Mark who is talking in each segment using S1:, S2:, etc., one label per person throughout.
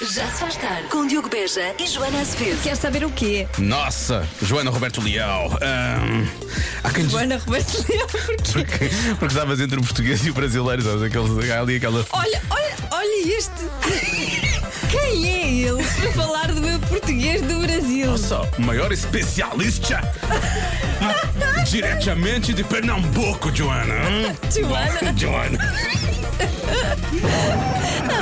S1: Já se faz tarde com Diogo Beja e Joana Azevedo.
S2: Queres saber o quê?
S3: Nossa, Joana Roberto Leal. Ahm, há quem diz
S2: Joana Roberto Leal, porquê?
S3: porque, porque estavas entre o português e o brasileiro, sabes? Aqueles, há ali aquela.
S2: Olha, olha, olha este. Quem é ele para falar do meu português do Brasil?
S3: Nossa, o maior especialista Ah, diretamente de Pernambuco, Joana. Hum,
S2: Joana.
S3: bom, Joana.
S2: Tá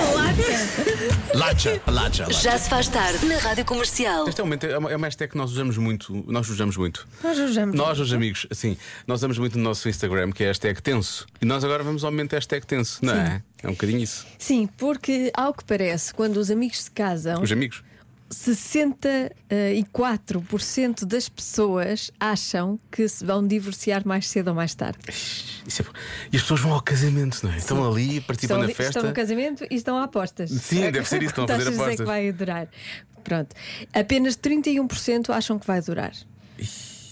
S3: Lacha, lacha, lacha.
S1: Já se faz tarde na Rádio Comercial.
S3: Este é um momento, é uma, é uma hashtag que nós usamos muito. Nós usamos muito.
S2: Nós usamos.
S3: Nós, os amigos, assim, nós usamos muito no nosso Instagram, que é hashtag tenso. E nós agora vamos ao momento hashtag tenso, não é? É um bocadinho isso.
S2: Sim, porque ao que parece, quando os amigos se casam,
S3: Os amigos.
S2: 64% das pessoas acham que se vão divorciar mais cedo ou mais tarde.
S3: Isso é bom. E as pessoas vão ao casamento, não é? Estão ali, participam
S2: estão,
S3: da
S2: ali-
S3: festa.
S2: estão no casamento e estão a apostas.
S3: Sim, deve ser isso, estão a
S2: Quantas
S3: fazer
S2: vezes é que
S3: apostas.
S2: vai durar. Pronto. Apenas 31% acham que vai durar.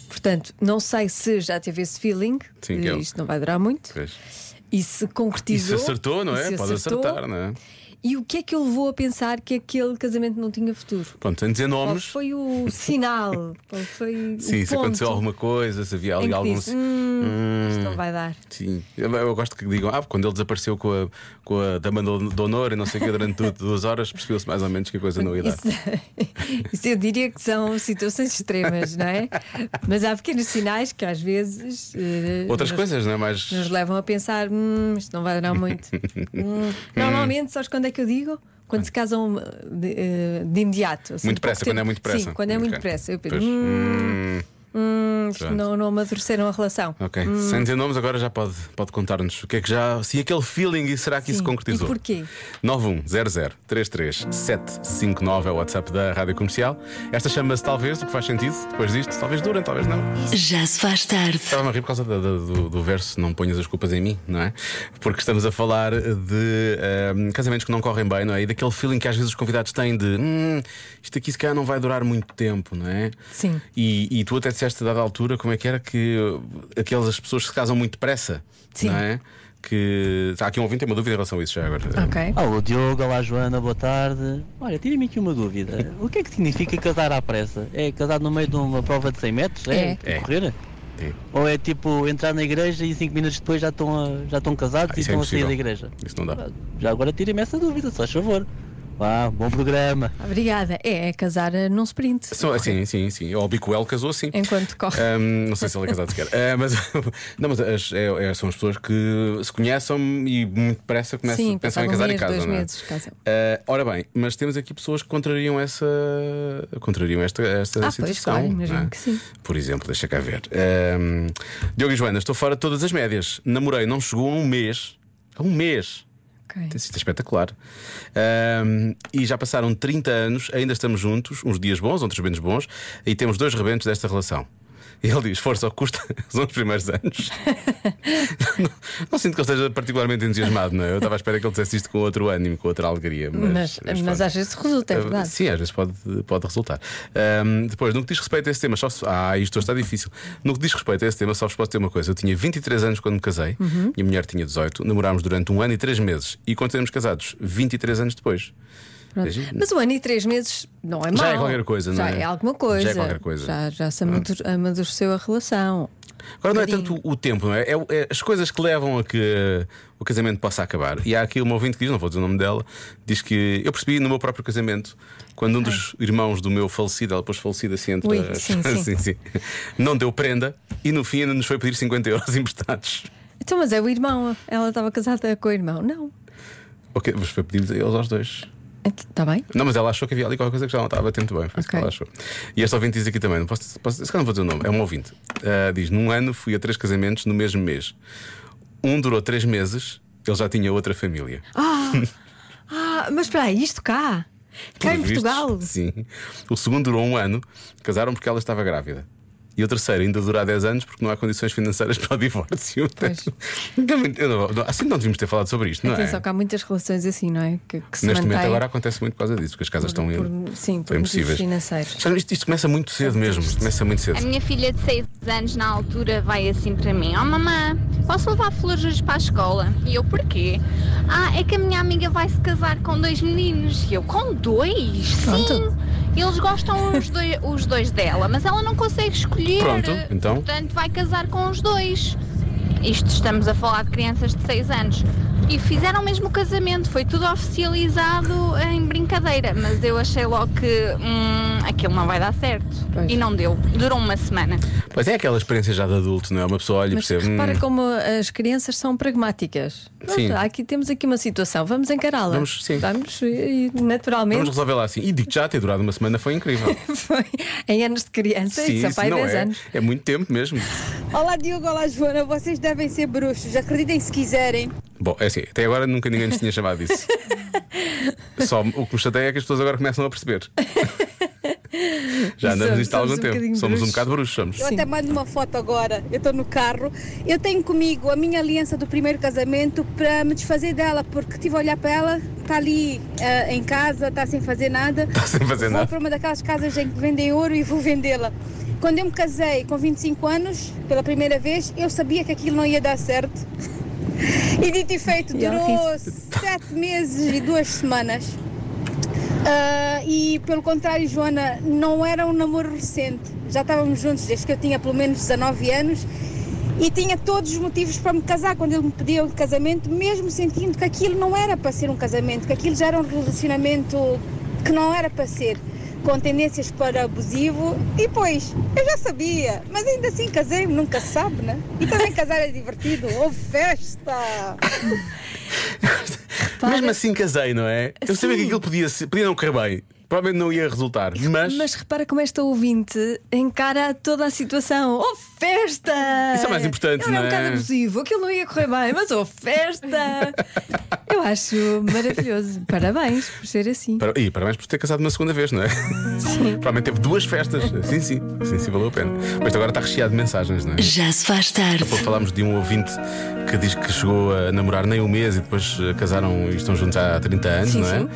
S2: Portanto, não sei se já teve esse feeling,
S3: Sim,
S2: que
S3: que é o-
S2: isto não vai durar muito,
S3: Pois.
S2: e se
S3: E se
S2: concretizou.
S3: acertou, não
S2: e
S3: é?
S2: se
S3: Pode
S2: acertou.
S3: acertar, não é?
S2: E o que é que eu levou a pensar que aquele casamento não tinha futuro?
S3: Pronto, sem dizer
S2: Qual
S3: nomes.
S2: foi o sinal? Qual foi o
S3: Sim, se
S2: ponto
S3: aconteceu alguma coisa, se havia
S2: em
S3: ali
S2: que
S3: algum.
S2: disse, "Hum, isto não vai dar.
S3: Sim, eu, eu gosto que digam, ah, quando ele desapareceu com a, com a dama do, do honor e não sei o que durante du- duas horas, percebeu-se mais ou menos que a coisa não ia dar.
S2: Isso, isso eu diria que são situações extremas, não é? Mas há pequenos sinais que às vezes eh,
S3: Outras
S2: nos,
S3: coisas, não é? Mas.
S2: nos levam a pensar: hum, isto não vai durar muito. Hum, Normalmente, sabes quando é que eu digo? Quando se casam de, eh, de imediato. assim,
S3: Muito
S2: pouco
S3: pressa, quando
S2: tempo.
S3: é muito pressa.
S2: Sim, quando é muito
S3: Ok.
S2: pressa. Eu penso:
S3: Pois.
S2: hum, hum, isto
S3: Pronto.
S2: não, não amadureceram a relação.
S3: Ok,
S2: Hum.
S3: sem dizer nomes, agora já pode, pode contar-nos o que é que já. Se aquele feeling e será que isso
S2: Sim.
S3: concretizou?
S2: E porquê?
S3: 910033759 é o WhatsApp da Rádio Comercial. Esta chama-se talvez, o que faz sentido depois disto, talvez durem, talvez não.
S1: Já se faz tarde.
S3: Estava-me a rir por causa da- da- do, do verso Não ponhas as culpas em mim, não é? Porque estamos a falar de ahm, casamentos que não correm bem, não é? E daquele feeling que às vezes os convidados têm de hum, isto aqui se calhar não vai durar muito tempo, não é?
S2: Sim.
S3: E, e tu até disseste a dada altura como é que era que uh, aquelas pessoas que se casam muito depressa,
S2: Sim.
S3: não é? Que há aqui um ouvinte tem uma dúvida em relação a isso já agora.
S2: Ok.
S4: Alô Ah, Diogo, olá Joana, boa tarde. Olha, tira-me aqui uma dúvida. O que é que significa casar à pressa? É casar no meio de uma prova de 100 metros? É?
S3: É.
S4: Correr?
S3: É.
S4: Ou é tipo entrar na igreja e 5 minutos depois já estão, a- já estão
S3: Ah,
S4: casados e
S3: isso é
S4: estão a sair
S3: impossível.
S4: da igreja?
S3: Isso não dá.
S4: Já agora tira-me essa dúvida, se faz favor. Vá, bom programa.
S2: Obrigada. É, é casar eh, num sprint.
S3: Só- sim, sim, sim. O Bicoel casou assim.
S2: Enquanto corre.
S3: Ahm, não sei se ele é casado sequer. Ah, mas não, mas as- é- é- são as pessoas que se conhecem e muito depressa começam,
S2: Sim,
S3: pensam
S2: passado
S3: em
S2: um
S3: casar e
S2: mês,
S3: casam.
S2: dois
S3: não é?
S2: meses, casam.
S3: Ah, ora bem, mas temos aqui pessoas que contrariam essa. contrariam esta, esta
S2: Ah, pois,
S3: situação.
S2: claro, imagino
S3: não é?
S2: que sim.
S3: Por exemplo, deixa cá ver. Ahm, Diogo e Joana, estou fora de todas as médias. Namorei, não chegou a um mês. A um mês.
S2: Ok.
S3: Isto é espetacular. Ahm, e já passaram 30 anos, ainda estamos juntos, uns dias bons, outros menos bons, e temos dois rebentos desta relação. E ele diz: força ao custa os 11 primeiros anos. não, não sinto que ele esteja particularmente entusiasmado, não é? Eu estava à espera que ele dissesse isto com outro ânimo, com outra alegria.
S2: Mas,
S3: Mas,
S2: mas,
S3: pronto.
S2: às vezes resulta, é
S3: Ah,
S2: verdade.
S3: Sim, às vezes pode, pode resultar. Ahm, depois, no que diz respeito a esse tema, só se- Ah, isto hoje está difícil. No que diz respeito a esse tema, só vos posso dizer uma coisa. Eu tinha 23 anos quando me casei,
S2: Uhum.
S3: minha mulher tinha 18, namorámos durante um ano e três meses e continuamos casados 23 anos depois.
S2: Pronto.
S3: Imagina.
S2: Mas um ano e três meses não é mau.
S3: Já é qualquer coisa, não
S2: já
S3: é?
S2: é alguma coisa.
S3: Já é qualquer coisa.
S2: Já, já se amadu- amadureceu a relação.
S3: Agora não é
S2: Bocadinho.
S3: tanto o tempo, não é? É, o- é as coisas que levam a que eh, o casamento possa acabar. E há aqui uma ouvinte que diz, não vou dizer o nome dela, diz que eu percebi no meu próprio casamento, quando um dos irmãos do meu falecido, ela pôs falecido assim entre
S2: Ah. Ui,
S3: as-
S2: sim, sim.
S3: não deu prenda e no fim ainda nos foi pedir 50 euros emprestados.
S2: Então, mas é o irmão. Ela estava casada com o irmão. Não.
S3: Ok, mas foi pedir eles aos dois.
S2: Está tá bem?
S3: Não, mas ela achou que havia ali qualquer coisa que já não estava atento bem. Foi isso que
S2: Ok.
S3: ela achou. E este ouvinte diz aqui também: não posso, posso, se calhar não vou dizer o nome, é um ouvinte. Ah, diz: Num ano fui a três casamentos no mesmo mês. Um durou três meses, ele já tinha outra família.
S2: Ah, mas espera aí, isto cá? Cá em
S3: Pelos vistos,
S2: Portugal?
S3: Sim. O segundo durou um ano, casaram porque ela estava grávida. E o terceiro ainda durou 10 anos porque não há condições financeiras para o divórcio.
S2: Pois.
S3: Também- eu não- não- assim não devíamos ter falado sobre isto, não é?
S2: Atenção, que há muitas relações assim, não é? Que, que se
S3: Neste momento
S2: mantêm
S3: agora acontece muito por causa disso, porque as casas estão
S2: por- sim, por
S3: estão
S2: motivos
S3: impossíveis.
S2: financeiros.
S3: Já Isto, isto começa muito
S2: É.
S3: cedo mesmo. Isto começa muito cedo.
S5: A minha filha de 6 anos na altura vai assim para mim: Ó mamãe, mamã, posso levar flores para a escola? E eu, porquê? Ah, é que a minha amiga vai se casar com dois meninos. E eu, com dois?
S2: Pronto.
S5: Sim. Eles gostam os dois, os dois dela, mas ela não consegue escolher.
S3: Pronto, então.
S5: Portanto, vai casar com os dois. Isto estamos a falar de crianças de 6 anos. E fizeram mesmo o casamento, foi tudo oficializado em brincadeira, mas eu achei logo que hum, aquilo não vai dar certo.
S2: Pois.
S5: E não deu, durou uma semana.
S3: Pois é aquela experiência já de adulto, não é? Uma pessoa olha e
S2: Mas
S3: percebe.
S2: repara
S3: "Hum,
S2: como as crianças são pragmáticas. Pronto,
S3: Sim.
S2: há aqui, temos aqui uma situação, vamos encará-la.
S3: Vamos, sim.
S2: Vamos, e
S3: Vamos
S2: naturalmente.
S3: resolver lá assim. E digo já ter durado uma semana foi incrível.
S2: Foi em anos de criança,
S3: Sim,
S2: isso é
S3: isso
S2: pai de
S3: não
S2: 10
S3: é.
S2: anos.
S3: É muito tempo mesmo.
S6: Olá Diogo, olá Joana, vocês devem ser bruxos, acreditem se quiserem.
S3: Bom, é assim, até agora nunca ninguém nos tinha chamado disso. Só o que me chateia é que as pessoas agora começam a perceber. Já
S2: E
S3: andamos
S2: somos-
S3: nisto há algum
S2: somos um
S3: tempo.
S2: bocadinho
S3: somos um
S2: bruxos.
S3: bocado bruxos, somos.
S6: Eu até mando uma foto agora, eu estou no carro. Eu tenho comigo a minha aliança do primeiro casamento para me desfazer dela, porque estive a olhar para ela, está ali eh, em casa, está sem fazer nada.
S3: Está Tá sem fazer
S6: Vou
S3: nada.
S6: para uma daquelas casas em que vendem ouro e vou vendê-la. Quando eu me casei com 25 anos, pela primeira vez, eu sabia que aquilo não ia dar certo. E dito e feito,
S2: E ela
S6: durou sete meses e duas semanas. Ah, e pelo contrário, Joana, não era um namoro recente. Já estávamos juntos desde que eu tinha pelo menos 19 anos e tinha todos os motivos para me casar quando ele me pediu o casamento, mesmo sentindo que aquilo não era para ser um casamento, que aquilo já era um relacionamento que não era para ser, com tendências para abusivo. E pois, eu já sabia, mas ainda assim casei, nunca se sabe, né? E também casar é divertido, houve festa!
S3: Mesmo assim casei, não é? Eu sabia
S2: Sim.
S3: que aquilo podia, ser- podia não correr bem. Provavelmente não ia resultar. Mas,
S2: Mas repara como esta ouvinte encara toda a situação. Oh, festa!
S3: Isso é mais importante,
S2: Ele
S3: não
S2: é um
S3: é?
S2: bocado abusivo, aquilo não ia correr bem, mas oh, festa! Eu acho maravilhoso. Parabéns por ser assim.
S3: Para- E parabéns por ter casado uma segunda vez, não é? Sim. Provavelmente teve duas festas. Sim, sim. Sim, sim, valeu a pena. Mas agora está recheado de mensagens, não é?
S1: Já se faz tarde.
S3: Pouco falámos de um ouvinte que diz que chegou a namorar nem um mês e depois eh, casaram e estão juntos há 30 anos,
S2: Sim,
S3: não é?
S2: sim.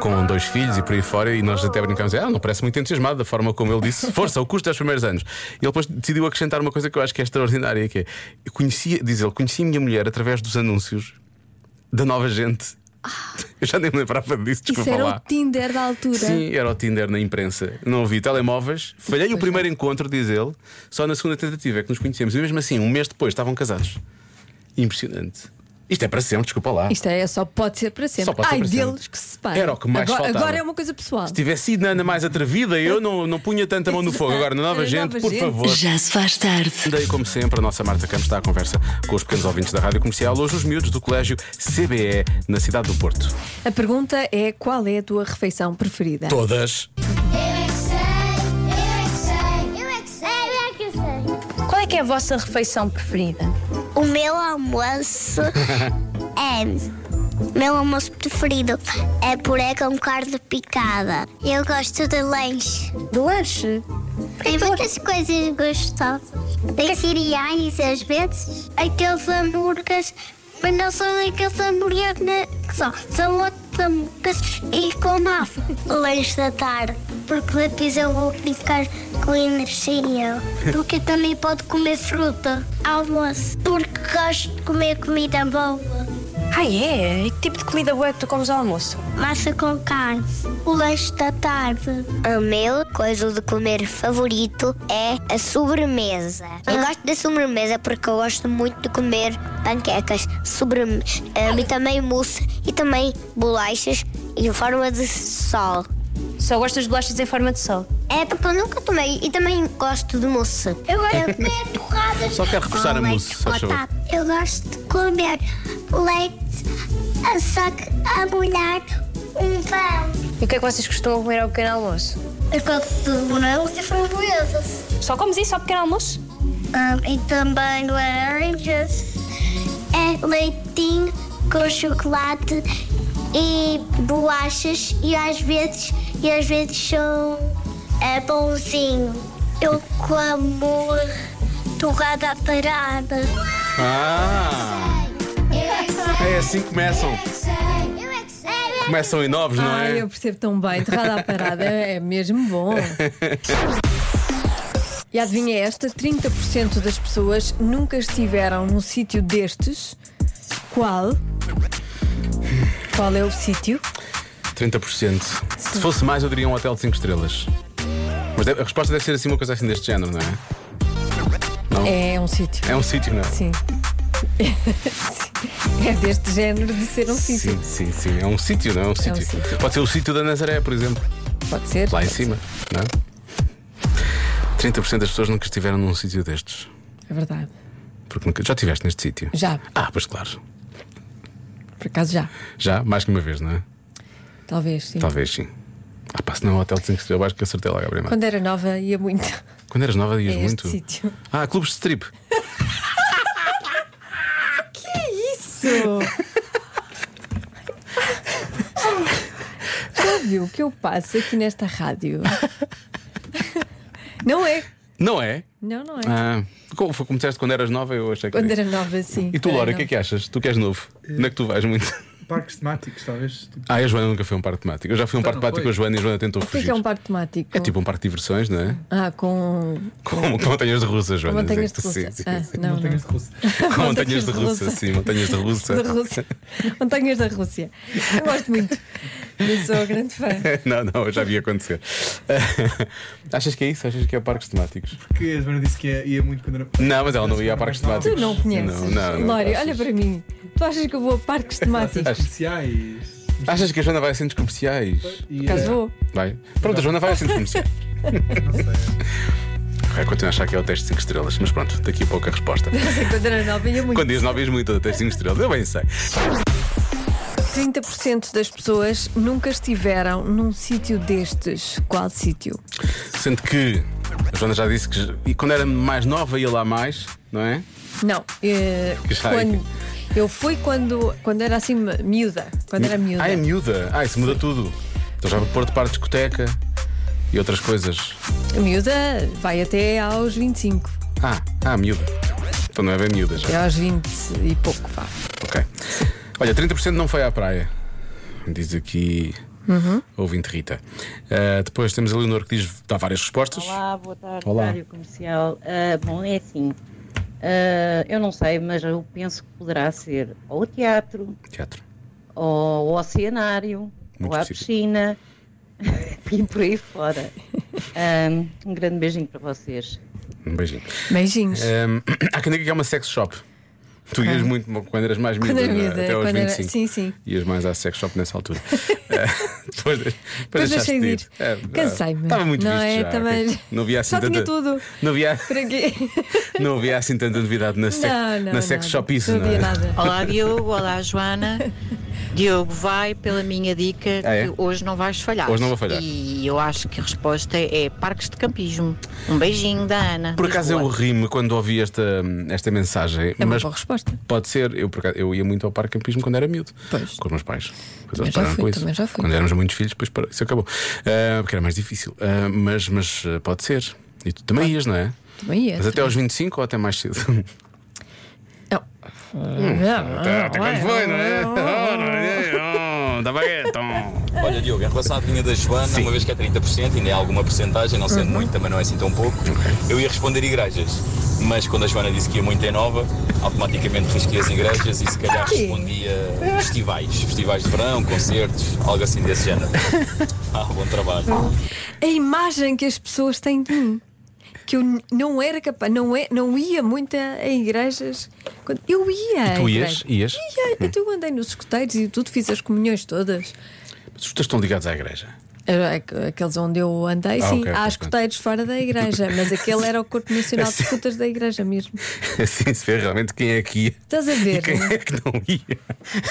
S3: Com dois filhos e por aí fora, e nós até brincámos, ah, não parece muito entusiasmado da forma como ele disse, força, o custo dos primeiros anos. E ele depois decidiu acrescentar uma coisa que eu acho que é extraordinária, que é, eu conhecia, diz ele, conheci a minha mulher através dos anúncios da nova gente. Eu já nem me lembrava disso,
S2: Ah. Isso
S3: desculpa
S2: era
S3: lá.
S2: o Tinder da altura.
S3: Sim, era o Tinder na imprensa. Não havia telemóveis. Falhei
S2: é.
S3: o primeiro encontro, diz ele. Só na segunda tentativa é que nos conhecemos. E mesmo assim, um mês depois, estavam casados. Impressionante. Isto é para sempre, desculpa lá.
S2: Isto é só pode ser para sempre.
S3: Só pode ser
S2: Ai,
S3: para sempre.
S2: deles que se separam.
S3: Era o que mais
S2: agora,
S3: faltava.
S2: agora é uma coisa pessoal.
S3: Se tivesse sido na Ana mais atrevida, eu não, não punha tanta mão no fogo. Agora, na nova
S2: Na
S3: gente,
S2: Nova
S3: por
S2: Gente.
S3: favor.
S1: Já se faz tarde.
S3: Daí, como sempre, a nossa Marta Campos está à conversa com os pequenos ouvintes da Rádio Comercial, hoje os miúdos do Colégio CBE, na cidade do Porto.
S2: A pergunta é qual é a tua refeição preferida?
S3: Todas.
S7: Qual é que é a vossa refeição preferida?
S8: O meu almoço é. Meu almoço preferido é puré com carne picada. Eu gosto de lanche.
S7: Do lanche?
S8: Tem muitas coisas gostosas. Tem cereais às vezes. Aqueles hambúrgueres, mas não são aqueles hambúrgueres né, que são. São outros hambúrgueres e com mafo. Lanche da tarde. Porque é depois eu vou ficar com energia. Porque também pode comer fruta. Almoço. Porque gosto de comer comida boa.
S7: Ah, é? E que tipo de comida boa é que tu comes ao almoço?
S8: Massa com carne. O lanche da tarde. A meu coisa de comer favorito é a sobremesa. Eu gosto da sobremesa porque eu gosto muito de comer panquecas, sobremesa e também mousse e também bolachas em forma de sol.
S7: Só gostas de bolachas em forma de sol.
S8: É porque eu nunca tomei e também gosto de mousse. Eu gosto de comer torradas.
S3: Só quero reforçar
S8: com
S3: a
S8: leite
S3: mousse,
S8: de
S3: só por favor.
S8: batata. Eu gosto de comer leite, só que a molhar um pão.
S7: E o que é que vocês costumam comer ao pequeno almoço?
S8: Eu gosto de morangos e framboesas.
S7: Só comes isso ao pequeno almoço?
S8: e também laranjas. É leitinho com chocolate e bolachas e às vezes, e às vezes são é pãozinho. Eu como torrada parada.
S3: Ah! É assim que é começam. Começam em novos, não
S2: Ai,
S3: é?
S2: eu percebo tão bem. Torrada à parada é mesmo bom. E adivinha esta: 30% das pessoas nunca estiveram num sítio destes. Qual? Qual é o sítio?
S3: 30%. Se fosse mais, eu diria um hotel de 5 estrelas. Mas deve- a resposta deve ser assim uma coisa assim deste género, não é?
S2: É um sítio.
S3: É um sítio, não é?
S2: Sim. é deste género de ser um sítio.
S3: Sim, sim, sim. É um sítio, não é? Um sítio.
S2: sítio.
S3: Pode ser o sítio da Nazaré, por exemplo,
S2: Pode ser?
S3: lá em cima, não é? 30% das pessoas nunca estiveram num sítio destes.
S2: É verdade.
S3: Porque nunca... já estiveste neste sítio?
S2: Já,
S3: Ah, pois claro.
S2: por acaso já.
S3: Já, mais que uma vez, não é?
S2: Talvez, sim.
S3: Talvez sim. Ah, pá, se não é um hotel de 5 estrelas, eu acho que acertei logo a primeira. Quando,
S2: Quando era nova ia muito
S3: eras nova,
S2: a
S3: dias
S2: é este
S3: muito.
S2: sítio.
S3: Ah, clubes de strip.
S2: Isso! Já viu o que eu passo aqui nesta rádio? Não é?
S3: Não é?
S2: Não, não é.
S3: Ah, como, foi como disseste quando eras nova, eu achei que.
S2: Quando era nova, sim.
S3: E tu, Laura, o que é
S2: Era
S3: que achas? Tu que és novo? Onde é que tu vais muito?
S9: Parques temáticos, talvez. Tipo,
S3: Ah, a Joana nunca foi a um parque temático. Eu já fui a um
S9: Então
S3: parque
S9: não foi.
S3: temático com a Joana e a Joana tentou
S2: nova. O que é
S3: fugir.
S2: que é um parque temático?
S3: É tipo um parque de diversões, não é?
S2: Ah, com
S3: Com, com montanhas de russa, Joana.
S2: montanhas de
S3: Sim,
S2: russa.
S3: sim,
S2: Ah,
S3: sim.
S2: não, não.
S9: montanhas de russo.
S3: Com montanhas de
S2: de
S3: russa,
S2: russa.
S3: sim, montanhas de russa.
S2: da Rússia. Montanhas da Rússia. Eu gosto muito. Eu sou grande fã.
S3: Não, não, eu já vi acontecer. Achas que é isso? Achas que é parques temáticos?
S9: Porque a Joana disse que ia, ia muito quando era.
S3: Não, mas ela não ia a parques temáticos.
S2: Tu não conheces.
S3: Não, não, não.
S2: Lória,
S3: Achas-
S2: olha para mim. Tu achas que eu vou a parques temáticos?
S9: As especiais.
S3: Achas que a Joana vai a centros comerciais?
S9: E,
S2: Por acaso
S9: eh,
S2: vou.
S3: Vai. Pronto, a Joana vai a centros comerciais.
S9: Não sei.
S3: Vai continuar a achar que é o teste de 5 estrelas, mas pronto, daqui a pouco a resposta.
S2: Quando era nova ia muito.
S3: Quando diz 9 muito o teste de 5 estrelas, eu bem sei.
S2: 30% das pessoas nunca estiveram num sítio destes. Qual sítio?
S3: Sendo que a Joana já disse que e quando era mais nova ia lá mais, não é?
S2: Não. eh,
S3: Que raio.
S2: quando, eu fui quando, quando era assim miúda. Quando era miúda.
S3: Ah, é miúda. Ah, isso muda tudo. Então já vou pôr de parte discoteca e outras coisas.
S2: A miúda vai até aos 25.
S3: Ah, ah, miúda. Então não é bem miúda já.
S2: Até aos 20 e pouco, vá.
S3: Ok. Olha, 30% não foi à praia. Diz aqui.
S2: Uhum.
S3: Ouvinte Rita. Ah, depois temos a Leonor que diz, dá várias respostas.
S10: Olá, boa tarde,
S3: Olá.
S10: Rádio Comercial. Ah, bom, é assim. ah, eu não sei, mas eu penso que poderá ser ou o teatro,
S3: Teatro.
S10: ou o oceanário,
S3: Muito
S10: ou a
S3: específico.
S10: piscina e por aí fora. Ah, um grande beijinho para vocês.
S3: Um beijinho.
S2: Beijinhos.
S3: Ahm, há quem diga que é uma sex shop. Tu ias muito quando eras mais miúda,
S2: Quando era
S3: não é?
S2: miúda,
S3: até aos
S2: quando era-
S3: 25.
S2: sim, sim.
S3: Ias mais à sex shop nessa altura. Eh, depois, depois,
S2: Depois
S3: deixaste
S2: deixei de ir.
S3: É,
S2: Cansei-me.
S3: Estava muito
S2: Não
S3: visto
S2: é?
S3: já.
S2: Também-
S3: ok? Não havia assim
S2: Já
S3: tanta,
S2: tinha tudo.
S3: Não havia,
S2: Para quê?
S3: não havia assim tanta novidade na, sex-
S2: Não, não.
S3: na sex
S2: nada.
S3: shop isso,
S2: Não
S3: não,
S2: havia
S3: é?
S2: nada.
S10: Olá, Diogo. Olá, Joana. Diogo, vai pela minha dica
S3: Ah, é?
S10: que hoje não vais falhar.
S3: Hoje não vou falhar.
S9: eh,
S10: E eu acho que a resposta é parques de campismo. Um beijinho da Ana.
S3: Por acaso eu
S10: Lisboa.
S3: ri-me quando ouvi esta, esta mensagem,
S2: É uma
S3: mas
S2: boa resposta.
S3: pode ser. Eu, por acaso, eu ia muito ao parque de campismo quando era miúdo,
S2: Pois.
S3: com os meus pais. Depois
S2: Também
S3: eles
S2: já
S3: pararam
S2: fui,
S3: com isso.
S2: também já fui.
S3: Quando éramos muitos filhos, depois parou. isso acabou. Ah, porque era mais difícil. Ah, mas, mas ah, pode ser. E tu também ias, não é?
S2: Também é.
S3: Mas até aos 25 ou até mais cedo?
S2: Não. Não,
S3: Tá,
S2: não, não, não, não. ah.
S3: é? Da baguete.
S11: Olha, Diogo, em relação à adivinha da Joana, uma vez que é 30%, ainda é alguma porcentagem, não sendo muito, também não é assim tão pouco, eu ia responder igrejas. Mas quando a Joana disse que ia muito em nova, automaticamente risquei as igrejas e se calhar
S2: Sim.
S11: respondia festivais. Festivais de verão, concertos, algo assim desse género. Ah, bom trabalho.
S2: A imagem que as pessoas têm de mim. Que eu n- não era capaz, não, é, não ia muito a, a igrejas. Quando- Eu ia.
S3: Tu
S2: a
S3: ias?
S2: igreja.
S3: Ias? Hum.
S2: Ia, até eu andei nos escuteiros e tudo, fiz as comunhões todas.
S3: Mas Os teus estão ligados à igreja.
S2: Era aqu- Aqueles onde eu andei,
S3: Ah,
S2: sim,
S3: ok,
S2: há
S3: ok,
S2: escuteiros fora da igreja, mas aquele era o Corpo Nacional de Escutas da Igreja mesmo.
S3: Assim se vê realmente quem é que ia
S2: Estás a
S3: e
S2: ver?
S3: quem
S2: não é?
S3: é que não ia.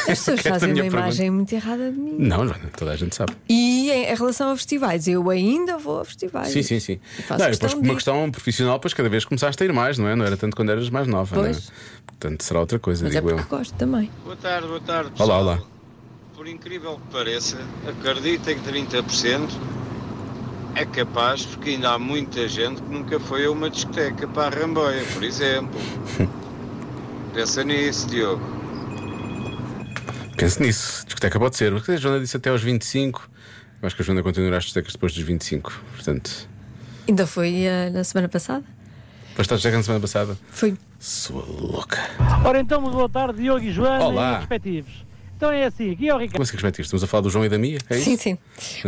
S2: As pessoas
S3: Esta é a
S2: fazem uma
S3: minha
S2: imagem
S3: pergunta.
S2: muito errada de mim.
S3: Não, Joana, toda a gente sabe.
S2: E em, em relação a festivais, eu ainda vou a festivais.
S3: Sim, sim, sim.
S2: Eu faço
S3: Não,
S2: questão
S3: e depois, por uma
S2: de-
S3: questão profissional, pois cada vez começaste a ir mais, não é? Não era tanto quando eras mais nova,
S2: Pois.
S3: não é? Portanto, será outra coisa,
S2: Mas é
S3: digo
S2: porque
S3: eu.
S2: gosto também.
S11: Boa tarde, boa tarde.
S3: Olá, olá.
S11: Por incrível que pareça, acreditem que 30% é capaz, porque ainda há muita gente que nunca foi a uma discoteca para a Ramboia, por exemplo. Pensa nisso, Diogo.
S3: Penso nisso. Discoteca pode ser. Porque a Joana disse até aos 25. Eu acho que a Joana continuará as discotecas depois dos 25. Portanto,
S2: Ainda foi eh, na semana passada.
S3: Bastante chega na semana passada.
S2: Foi.
S3: Sua louca.
S12: Ora então, muito boa tarde, Diogo e Joana
S3: Olá.
S12: e respectivos. Então é assim, aqui é o Ricardo.
S3: Como é que respeito isto? Estamos a falar do João e da Mia? É isso?
S2: Sim, sim.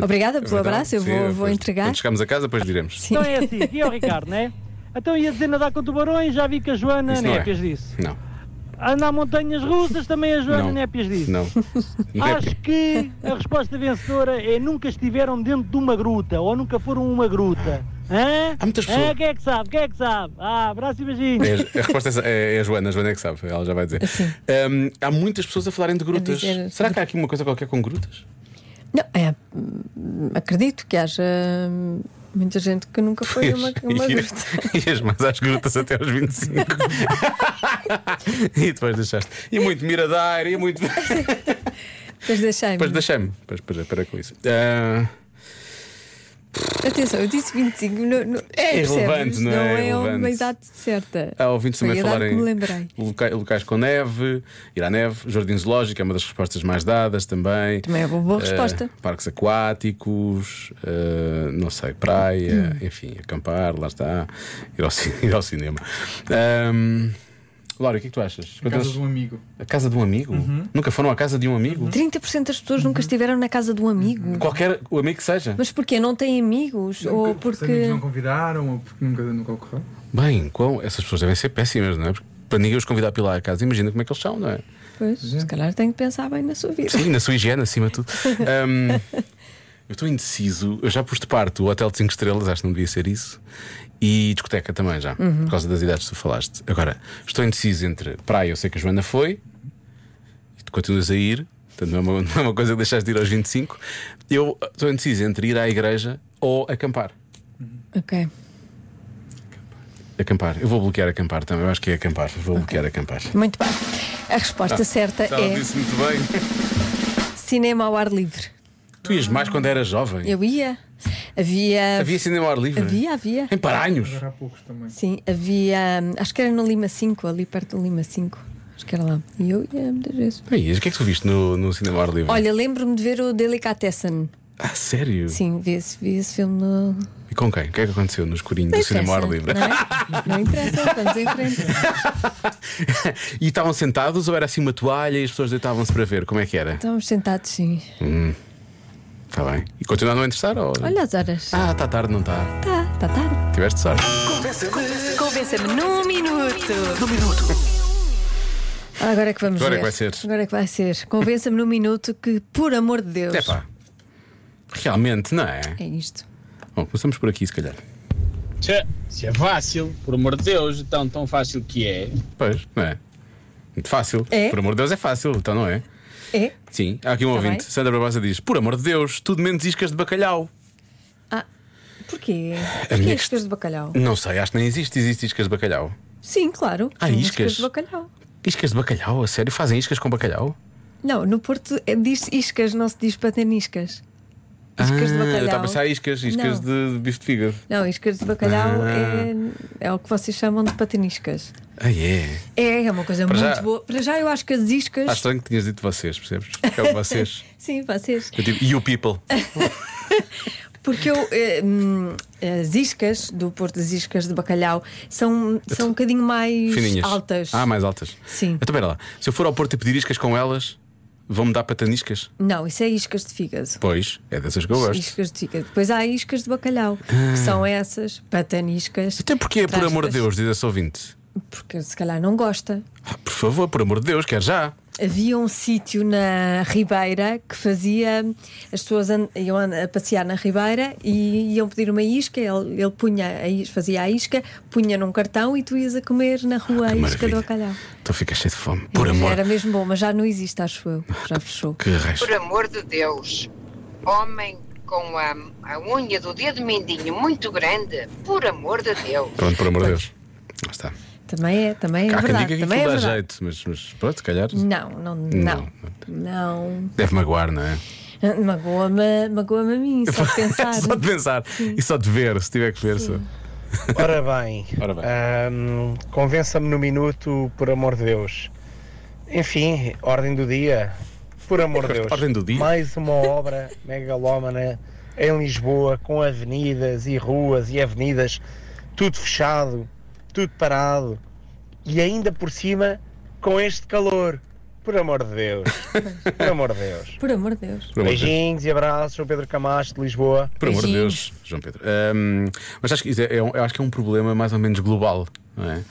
S2: Obrigada pelo
S3: Então,
S2: abraço, eu
S3: sim,
S2: vou, vou
S3: depois-
S2: entregar.
S3: Quando chegarmos a casa, depois diremos.
S12: Então é assim, aqui é o Ricardo, né? Então ia dizer nadar com tubarões, já vi que a Joana
S3: Isso não é.
S12: Népias disse.
S3: Não.
S12: Andar montanhas russas, também a
S11: é
S12: Joana
S3: Não.
S12: Népias disse.
S3: Não. é.
S12: Acho que a resposta vencedora é nunca estiveram dentro de uma gruta ou nunca foram uma gruta. Hã?
S3: Há muitas pessoas-
S12: Hã? Quem é que sabe? Quem é que sabe? Ah, abraço e beijinho.
S3: É, a resposta é essa- é, é a Joana, a Joana é que sabe, ela já vai dizer. Hum, há muitas pessoas a falarem de grutas.
S2: dizer-
S3: Será que há aqui uma coisa qualquer com grutas?
S2: Não, é, hum, acredito que haja hum, muita gente que nunca foi a uma, a uma gruta.
S3: Ias mais às grutas até aos 25. e depois deixaste. E muito Miradeira, e muito.
S2: Depois deixei-me.
S3: Depois deixei-me. Depois, depois, espera com isso. Ah,
S2: Atenção, eu disse 25. Não, não, percebes?
S3: irrelevante, não é?
S2: é uma
S3: Irrelevante.
S2: idade certa.
S3: Há ouvintes
S2: Foi
S3: também a
S2: a idade
S3: falarem
S2: que me lembrei.
S3: loca- locais com neve, ir à neve, jardim zoológico é uma das respostas mais dadas também.
S2: Também é uma boa
S3: Eh,
S2: resposta.
S3: Parques aquáticos, eh, não sei, praia,
S2: Hum.
S3: enfim, acampar, lá está, ir ao, ci- ir ao cinema. Ahm, Laura, o que é que tu achas?
S9: A casa
S3: Quantas-
S9: de um amigo. Uhum.
S3: A casa de um amigo? Nunca foram à casa de um amigo?
S2: 30% das pessoas
S3: Uhum.
S2: nunca estiveram na casa de um amigo.
S3: Qualquer o amigo que seja.
S2: Mas porquê? Não têm amigos? Ou
S9: Os amigos
S2: porque.
S9: não convidaram ou porque nunca, nunca ocorreu.
S3: Bem, qual- essas pessoas devem ser péssimas, não é? Porque para ninguém os convidar para ir lá à casa, imagina como é que eles são, não é?
S2: Pois, se calhar têm que pensar bem na sua vida.
S3: Sim, na sua higiene, acima de tudo. Ahm, eu estou indeciso. Eu já pus de parte o Hotel de 5 Estrelas, acho que não devia ser isso. E discoteca também já,
S13: Uhum.
S3: por causa das idades que tu falaste. Agora, estou indeciso entre praia, eu sei que a Joana foi, e tu continuas a ir, portanto não é uma, não é uma coisa que deixaste de ir aos 25. Eu ah, estou indeciso entre ir à igreja ou acampar.
S2: Ok.
S3: Acampar. Eu vou bloquear acampar também, eu acho que é acampar. Vou bloquear acampar.
S2: Muito bem. A resposta
S3: Ah,
S2: certa
S3: ela
S2: é
S3: disse muito bem.
S2: cinema ao ar livre.
S3: Tu ias mais quando eras jovem.
S2: Eu ia. Havia.
S3: Havia cinema ao ar livre?
S2: Havia, havia.
S3: Em Paranhos?
S9: Há poucos também.
S2: Sim, havia. hum, Acho que era no Lima 5, ali perto do Lima 5. Acho que era lá. E eu ia muitas vezes.
S3: Aí, o que é que tu viste no, no cinema ao ar livre?
S2: Olha, lembro-me de ver o Delicatessen.
S3: Ah, sério?
S2: Sim, vi esse, vi esse filme no.
S3: E com quem? O que é que aconteceu no escurinho
S2: Não
S3: do cinema ao ar
S2: interessa,
S3: livre?
S2: Não, é? Não interessa, vamos em frente.
S3: e estavam sentados ou era assim uma toalha e as pessoas deitavam-se para ver? Como é que era?
S2: Estávamos sentados, sim.
S3: Hum. Está bem. E continua a não interessar? Ou...
S2: Olha as horas.
S3: Ah, está tarde, não está?
S2: Tá, tá tarde.
S3: Tiveste sorte.
S2: Convença-me num minuto. Num minuto. Agora é que vamos
S3: Agora é
S2: ver.
S3: que vai ser.
S2: Agora é que vai ser. Convença-me num minuto que, por amor de Deus.
S3: É pá. Realmente, não é?
S2: É isto.
S3: Bom, começamos por aqui, se calhar.
S14: Tchê, se é fácil, por amor de Deus, então tão fácil que é.
S3: Pois, não é? Muito fácil.
S14: É?
S3: Por amor de Deus, é fácil, então não é?
S2: É?
S3: Sim, há aqui um
S2: Tá
S3: ouvinte.
S2: bem.
S3: Sandra Barbosa diz: Por amor de Deus, tudo menos iscas de bacalhau.
S2: Porquê?
S3: minha
S2: Porquê as pessoas de bacalhau?
S3: Não sei, acho que nem existe. Existe iscas de bacalhau.
S2: Sim, claro.
S3: Há
S2: São
S3: Ah, iscas?
S2: de bacalhau.
S3: Iscas de bacalhau? A sério? Fazem iscas com bacalhau?
S2: Não, no Porto é- diz iscas, não se diz pataniscas. Iscas de
S3: Ah,
S2: bacalhau.
S3: Eu estava a pensar iscas, iscas
S2: Não.
S3: de, de bife de fígado.
S2: Não, iscas de bacalhau
S3: Ah.
S2: é, é o que vocês chamam de pataniscas.
S3: Ah, é.
S2: É, é uma coisa
S3: Para
S2: muito
S3: já-
S2: boa. Para já eu acho que as iscas.
S3: Acho estranho que tinhas dito vocês, percebes? Porque é o vocês.
S2: Sim, vocês.
S3: Eu digo, you people.
S2: Porque eu, eh, hum, as iscas do Porto, as iscas de bacalhau, são, são um bocadinho mais
S3: Fininhas.
S2: altas.
S3: Ah, mais altas.
S2: Sim.
S3: Então, espera lá. Se eu for ao Porto e pedir iscas com elas, vão-me dar pataniscas?
S2: Não, isso é iscas de fígado.
S3: Pois, é dessas que eu gosto. Ah.
S2: Iscas de fígado. Depois há iscas de bacalhau, que são essas, pataniscas.
S3: Até porque, Então, por amor de Deus, diz esse ouvinte. Ah,
S2: Porque se calhar não gosta.
S3: Por favor, por amor de Deus, quer já.
S2: Havia um sítio na Ribeira que fazia. As pessoas and- iam and- a passear na Ribeira e iam pedir uma isca. Ele, ele punha a is- fazia a isca, punha num cartão e tu ias a comer na rua a Ah, isca de
S3: maravilha.
S2: bacalhau.
S3: Então fica cheio de fome. Por
S2: Já
S3: amor.
S2: Era mesmo bom, mas já não existe, acho eu. Já fechou.
S3: Que raios.
S15: Por amor de Deus, homem com a, a unha do dedo mindinho muito grande, por amor de Deus.
S3: Pronto, por amor de Deus. Lá está.
S2: Também é, também é
S3: Há quem
S2: verdade.
S3: diga que
S2: também é
S3: aquilo dá
S2: verdade. Hum.
S3: jeito, mas, mas pronto, se calhar.
S2: Não, não, não. Não.
S3: Deve magoar, não é?
S2: Magoa-me magoa a mim, só de pensar.
S3: só de pensar e só de ver, se tiver que ver. Só.
S16: Ora bem, Ah,
S3: Ora bem.
S16: ahm, convença-me no minuto, por amor de Deus. Enfim, ordem do dia, por amor de Deus.
S3: Ordem do dia?
S16: Mais uma obra megalómana em Lisboa, com avenidas e ruas e avenidas, tudo fechado,
S17: tudo parado e ainda por cima com este calor. Por amor de Deus. Por amor de Deus.
S2: Por amor de Deus.
S3: Por amor de Deus.
S17: Beijinhos e abraços, João Pedro Camacho de Lisboa.
S3: Por amor de Deus, João Pedro. Ahm, mas acho que, isso é, é um- eu acho que é um problema mais ou menos global, não é?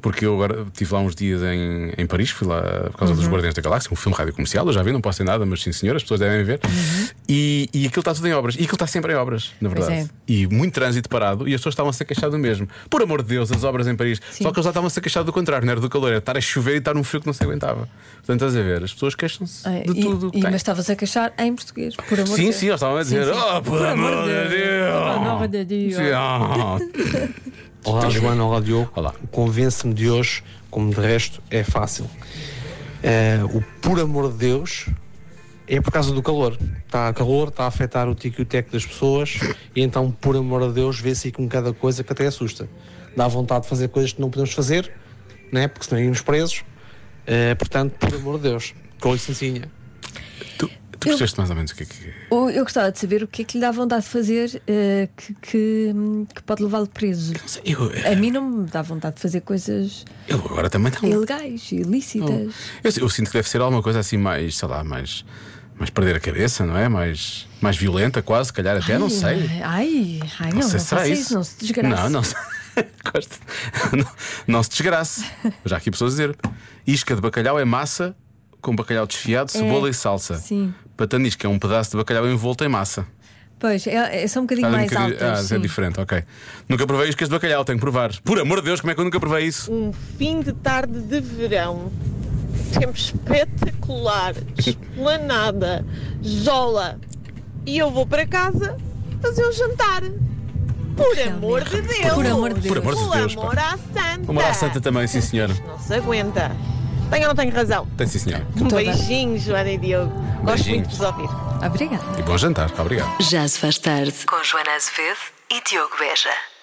S3: Porque eu agora estive lá uns dias em, em Paris, fui lá por causa dos
S18: Uhum.
S3: Guardiões da Galáxia, um filme rádio comercial, eu já vi, não posso dizer nada, mas sim senhor, as pessoas devem ver.
S2: Uhum.
S3: E, e aquilo está tudo em obras. E aquilo está sempre em obras, na
S18: Pois
S3: verdade.
S2: é.
S3: E muito trânsito parado, e as pessoas estavam-se a queixar do mesmo. Por amor de Deus, as obras em Paris. Só que eles já estavam-se a queixar do contrário, não era do calor, era estar a chover e estar num frio que não se aguentava. Portanto, estás a ver, as pessoas queixam-se.
S2: Ah, e- e- mas estavas a queixar em português, por amor de
S3: Sim,
S2: Deus.
S3: sim, eles estavam a dizer,
S2: Sim, sim.
S3: oh, por amor de Deus. ah,
S2: amor de Deus.
S11: Olá, Joana, olá, Diogo. Olá. O convence-me de hoje, como de resto, é fácil. Eh, o por amor de Deus é por causa do calor. Está a calor, está a afetar o tico e o teco das pessoas, e então, por amor de Deus, vê-se aí com cada coisa que até assusta. Dá vontade de fazer coisas que não podemos fazer, né? porque senão íamos presos. Eh, portanto, por amor de Deus, com licencinha.
S3: Tu percebeste mais ou menos o que é que.
S2: Eu, eu gostava de saber o que é que lhe dá vontade de fazer eh, que, que, hum, que pode levá-lo preso.
S3: eu-
S2: a mim não me dá vontade de fazer coisas
S3: Ele agora também está.
S2: ilegais, ilícitas.
S3: Eu, eu sinto que deve ser alguma coisa assim mais, sei lá, mais. Mais perder a cabeça, não é? Mais, mais violenta, quase, se calhar até, não sei.
S2: Ai, ai, não, não,
S3: sei se será
S2: faça isso. não se desgraça.
S3: Não, não se. Gosto. Não, não se desgrace. Já aqui pessoas a dizer. Isca de bacalhau é massa com bacalhau desfiado,
S2: É.
S3: cebola e salsa.
S2: Sim.
S3: Patanisca é um pedaço de bacalhau envolto em massa.
S2: Pois, é, é só um bocadinho
S3: Ah,
S2: mais
S3: nunca-
S2: altas.
S3: ah,
S2: sim.
S3: é diferente, ok. Nunca provei iscas de bacalhau, tenho que provar. Por amor de Deus, como é que eu nunca provei isso?
S6: um fim de tarde de verão. Temos espetacular, esplanada, jola. E eu vou para casa fazer um jantar. Por amor de Deus!
S3: Por amor de Deus. Por amor de Deus, pá.
S6: Por amor à santa!
S3: Uma lá santa também, sim senhora.
S6: Não se aguenta. Tenho ou não tenho razão?
S3: Tem sim senhora.
S6: Um beijinho, Joana e Diogo. Gosto
S3: Beijinho.
S6: muito de vos ouvir.
S2: Obrigada.
S3: E bom jantar, obrigado.
S19: Já se faz tarde.
S1: Com Joana Azevedo e Diogo Beja.